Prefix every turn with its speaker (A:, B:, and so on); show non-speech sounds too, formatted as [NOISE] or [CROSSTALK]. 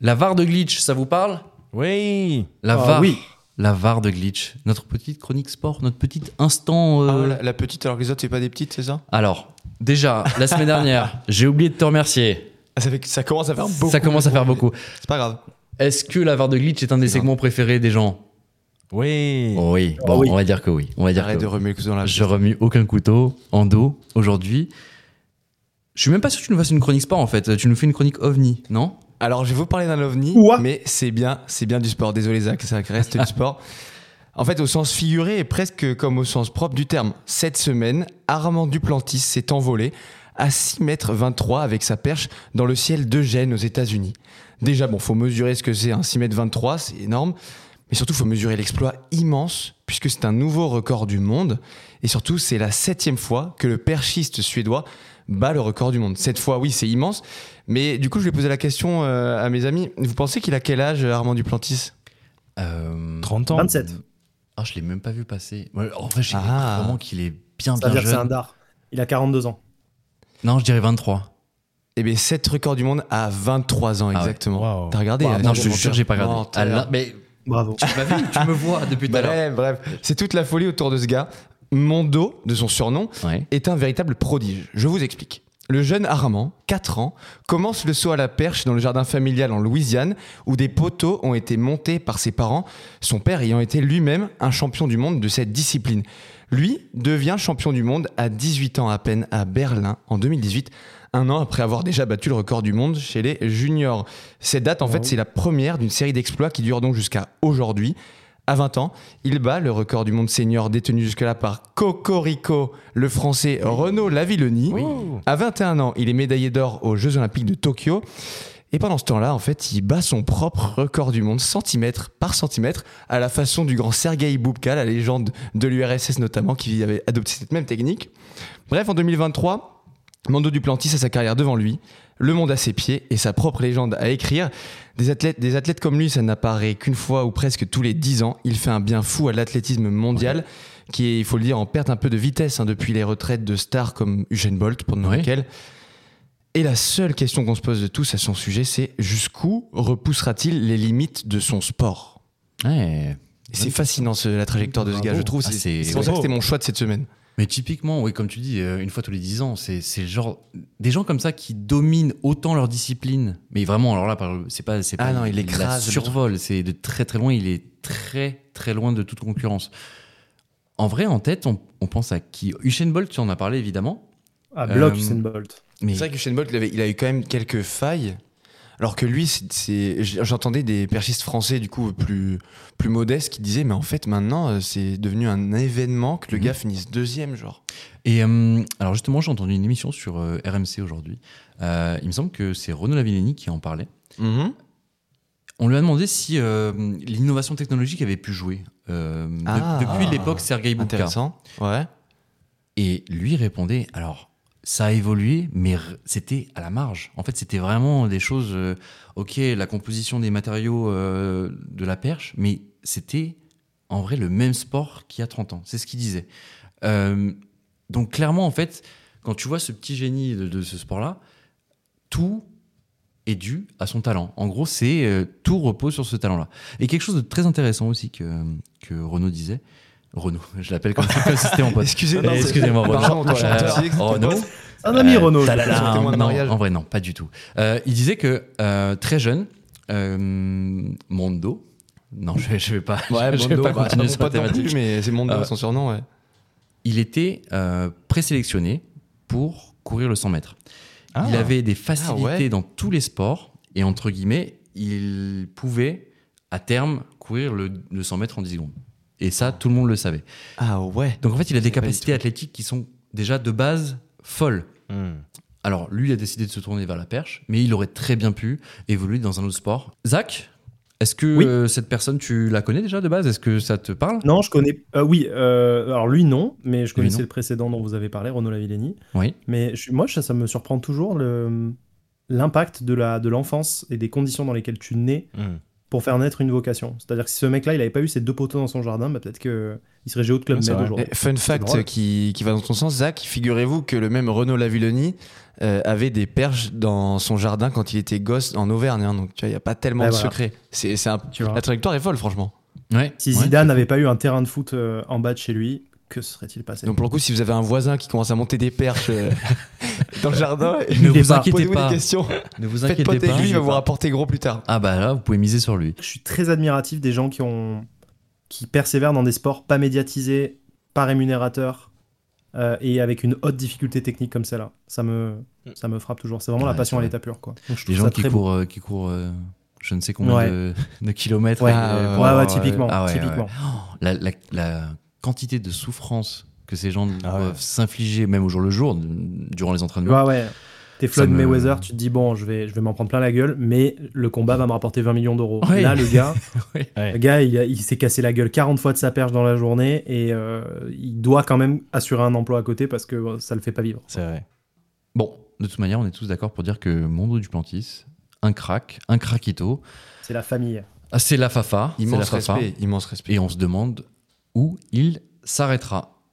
A: La VAR de glitch, ça vous parle
B: Oui.
A: La
C: Ah,
A: VAR.
C: oui.
A: La VAR de glitch. Notre petite chronique sport, notre petit instant. euh,
C: Ah, la, la petite alors que les autres c'est pas des petites, c'est ça
A: Alors, déjà, la semaine
C: [LAUGHS]
A: dernière, j'ai oublié de te remercier.
C: Ah, ça, fait- ça commence à faire beaucoup.
A: ça commence à faire beaucoup.
C: C'est pas grave.
A: Est-ce que la VAR de glitch est un des
C: C'est
A: segments préférés des gens
B: Oui.
A: Oh Oui. Bon,
C: oui.
A: on va dire que oui. On va dire
C: Arrête
A: que
C: de remuer le couteau dans la
A: Je remue aucun couteau en dos aujourd'hui. Je suis même pas sûr que tu nous fasses une chronique sport en fait. Tu nous fais une chronique ovni, non
C: Alors, je vais vous parler d'un ovni,
B: Ouah.
C: mais c'est bien, c'est bien du sport. Désolé, Zach, ça reste du sport. En fait, au sens figuré et presque comme au sens propre du terme, cette semaine, Armand Duplantis s'est envolé à 6 mètres 23 avec sa perche dans le ciel d'Eugène aux États-Unis. Déjà, bon, faut mesurer ce que c'est, un 6 mètres 23, c'est énorme. Mais surtout, faut mesurer l'exploit immense, puisque c'est un nouveau record du monde. Et surtout, c'est la septième fois que le perchiste suédois bat le record du monde. Cette fois, oui, c'est immense. Mais du coup, je vais poser la question euh, à mes amis. Vous pensez qu'il a quel âge, euh, Armand Duplantis
A: Euh,
B: 30 ans.
D: 27.
A: Ah, je l'ai même pas vu passer. Ouais, En vrai, j'ai
C: Ah.
A: vraiment qu'il est bien bien
D: C'est-à-dire que c'est un
A: jeune.
D: dard. Il a 42 ans.
A: Non, je dirais 23.
C: Eh bien, 7 records du monde à 23 ans,
A: Ah ouais.
C: exactement.
B: Wow.
C: T'as regardé
D: Wow.
C: euh,
A: non, je te
C: menteur.
A: jure, j'ai pas regardé.
C: Menteur.
A: Ah là, mais
D: Bravo.
A: tu m'as vu, tu me vois depuis tout à l'heure.
C: Bref, bref. C'est toute la folie autour de ce gars. Mondo, de son surnom,
A: Ouais.
C: est un véritable prodige. Je vous explique. Le jeune Armand, 4 ans, commence le saut à la perche dans le jardin familial en Louisiane, où des poteaux ont été montés par ses parents, son père ayant été lui-même un champion du monde de cette discipline. Lui devient champion du monde à 18 ans à peine à Berlin en 2018, un an après avoir déjà battu le record du monde chez les juniors. Cette date, en fait, c'est la première d'une série d'exploits qui dure donc jusqu'à aujourd'hui. À 20 ans, il bat le record du monde senior détenu jusque-là par Cocorico, le français Renaud Lavilloni.
B: Oh.
C: À 21 ans, il est médaillé d'or aux Jeux Olympiques de Tokyo. Et pendant ce temps-là, en fait, il bat son propre record du monde, centimètre par centimètre, à la façon du grand Sergei Boubka, la légende de l'URSS notamment, qui avait adopté cette même technique. Bref, en 2023, Mando Duplantis a sa carrière devant lui, le monde à ses pieds et sa propre légende à écrire. Des athlètes, des athlètes comme lui, ça n'apparaît qu'une fois ou presque tous les 10 ans. Il fait un bien fou à l'athlétisme mondial, qui est, il faut le dire, en perte un peu de vitesse hein, depuis les retraites de stars comme Usain Bolt, pour ne nommer
A: Ouais.
C: qu'elle. Et la seule question qu'on se pose de tous à son sujet, c'est jusqu'où repoussera-t-il les limites de son sport
A: Ouais.
C: Et C'est fascinant ce- la trajectoire de ce gars,
A: Bravo.
C: je trouve.
A: Ah,
C: C'est
A: c'est-
C: c'est pour ça que
B: ouais.
C: c'était mon choix de cette semaine.
A: Mais typiquement, oui, comme tu dis, euh, une fois tous les 10 ans, c'est c'est le genre des gens comme ça qui dominent autant leur discipline. Mais vraiment, alors là, par- c'est pas, c'est pas
C: Ah non, il
A: la
C: écrase le
A: survol, c'est de très très loin. Il est très très loin de toute concurrence. En vrai, en tête, on, on pense à qui Usain Bolt, tu en as parlé évidemment.
D: À Ah, bloc,
A: Euh,
D: Usain Bolt.
A: Mais
C: C'est vrai que Shane Bolt, il, avait- il a eu quand même quelques failles. Alors que lui, c'est- c'est- j'entendais des perchistes français, du coup, plus, plus modestes, qui disaient Mais en fait, maintenant, euh, c'est devenu un événement que le
A: Mhm.
C: gars finisse deuxième, genre.
A: Et euh, alors justement, j'ai entendu une émission sur euh, RMC aujourd'hui. Euh, il me semble que c'est Renaud Lavilleni qui en parlait. Mmh. On lui a demandé si euh, l'innovation technologique avait pu jouer euh, de-
C: Ah.
A: depuis l'époque Sergei Boubka.
C: Intéressant. Ouais.
A: Et lui répondait alors ça a évolué, mais r- c'était à la marge. En fait, c'était vraiment des choses. euh, ok, la composition des matériaux euh, de la perche, mais c'était en vrai le même sport qu'il y a 30 ans. C'est ce qu'il disait. Euh, donc clairement, en fait, quand tu vois ce petit génie de, de ce sport-là, tout est dû à son talent. En gros, c'est euh, tout repose sur ce talent-là. Et quelque chose de très intéressant aussi que, que Renaud disait. Renaud, [LAUGHS] je l'appelle comme ça, comme si c'était mon pote.
C: Excusez-moi.
A: Eh, Excusez-moi, Renaud.
C: Pardon, toi, Oh,
A: Euh,
C: je disais que c'était
A: Renaud.
C: ton
D: Un ami
A: Euh,
D: Renaud. je
A: talala,
D: pense.
C: c'est témoin de
A: non,
C: mariage.
A: en vrai, non, pas du tout. Euh, il disait que euh, très jeune, euh, Mondo. Non, je, je vais pas.
C: Ouais,
A: [LAUGHS] je vais
C: Mondo,
A: pas
C: bah, c'est
A: continuer
C: mon
A: sur la
C: pote non plus,
A: thématique.
C: mais c'est Mondo,
A: Ah ouais.
C: son surnom, ouais.
A: Il était euh, présélectionné pour courir le 100 mètres.
B: Ah.
A: Il avait des facilités
C: Ah ouais.
A: dans tous les sports et entre guillemets, il pouvait à terme courir le, le 100 mètres en 10 secondes. Et ça, tout le monde le savait.
C: Ah ouais.
A: Donc en fait, il a des
C: pas du
A: capacités athlétiques qui sont déjà de base folles.
B: Hmm.
A: Alors, lui, il a décidé de se tourner vers la perche, mais il aurait très bien pu évoluer dans un autre sport. Zach, est-ce que
D: Oui.
A: euh, cette personne, tu la connais déjà de base Est-ce que ça te parle
D: Non, je connais. euh, oui, euh, alors lui non, mais je connaissais
A: non.
D: le précédent dont vous avez parlé, Renaud Lavilleni.
A: Oui.
D: Mais je suis- moi, ça, ça me
A: mmh.
D: surprend toujours le l'impact de la de l'enfance et des conditions dans lesquelles tu nais
B: Hmm.
D: pour faire naître une vocation. C'est-à-dire que si ce mec-là, il n'avait pas eu ces deux poteaux dans son jardin, bah, peut-être qu'il serait géo de Club
B: Ouais, c'est
D: Med
B: vrai.
D: aujourd'hui.
C: Eh, Fun fact
D: drôle.
C: qui, qui va dans ton sens, Zach, figurez-vous que le même Renaud Lavilloni euh, avait des perches dans son jardin quand il était gosse en Auvergne. hein. donc, tu vois, il n'y a pas tellement
D: Ouais,
C: de
D: voilà. Ah.
C: secrets. C'est, c'est un-
D: Tu vois.
C: La trajectoire est folle, franchement.
A: Ouais.
D: Si
A: ouais.
D: Zidane n'avait pas eu un terrain de foot euh, en bas de chez lui, que serait-il passé
C: Donc, pour le coup, si vous avez un voisin qui commence à monter des perches euh, [LAUGHS] dans le jardin,
A: Ne
D: Il est
A: vous
D: pas-
A: inquiétez
C: posez-vous des
A: pas.
C: questions.
A: Ne vous
C: Faites
A: inquiétez
C: pote avec
A: pas.
C: lui, il va
D: je-
C: vous rapporter gros plus tard.
A: Ah bah là, vous pouvez miser sur lui.
D: Je suis très admiratif des gens qui ont qui persévèrent dans des sports pas médiatisés, pas rémunérateurs euh, et avec une haute difficulté technique comme celle-là. Ça me ça me frappe toujours. C'est vraiment
A: Ouais,
D: la passion à
A: c'est
D: l'état pur quoi. Donc, je
A: Les
D: trouve
A: gens
D: ça
A: qui
D: très beau.
A: courent, euh, qui courent euh, je ne sais combien
D: Ouais.
A: de, [LAUGHS] de kilomètres.
D: Ouais,
A: euh, pour
D: ouais, ouais,
A: avoir, euh,
D: typiquement,
A: ah ouais, ouais.
D: typiquement.
A: La, la- la quantité de souffrance que ces gens
B: Ah ouais.
A: doivent s'infliger, même au jour le jour, d- durant les
D: Tu
A: entraînements.
D: vois, ouais. T'es Floyd
A: Ça me-
D: Mayweather, tu te dis bon, je vais, je vais m'en prendre plein la gueule, mais le combat va me rapporter 20 millions d'euros.
A: Ouais.
D: Là, le gars,
A: [LAUGHS] Ouais.
D: le gars, il, a- il s'est cassé la gueule 40 fois de sa perche dans la journée et euh, il doit quand même assurer un emploi à côté parce que bon, ça le fait pas vivre.
B: C'est vrai.
A: Bon, de toute manière, on est tous d'accord pour dire que Mondo Duplantis, un crack, un craquito,
D: C'est la famille.
A: ah, c'est la fafa. c'est
C: Immense
A: la fafa.
C: respect, immense respect.
A: Et on se demande où il s'arrêtera.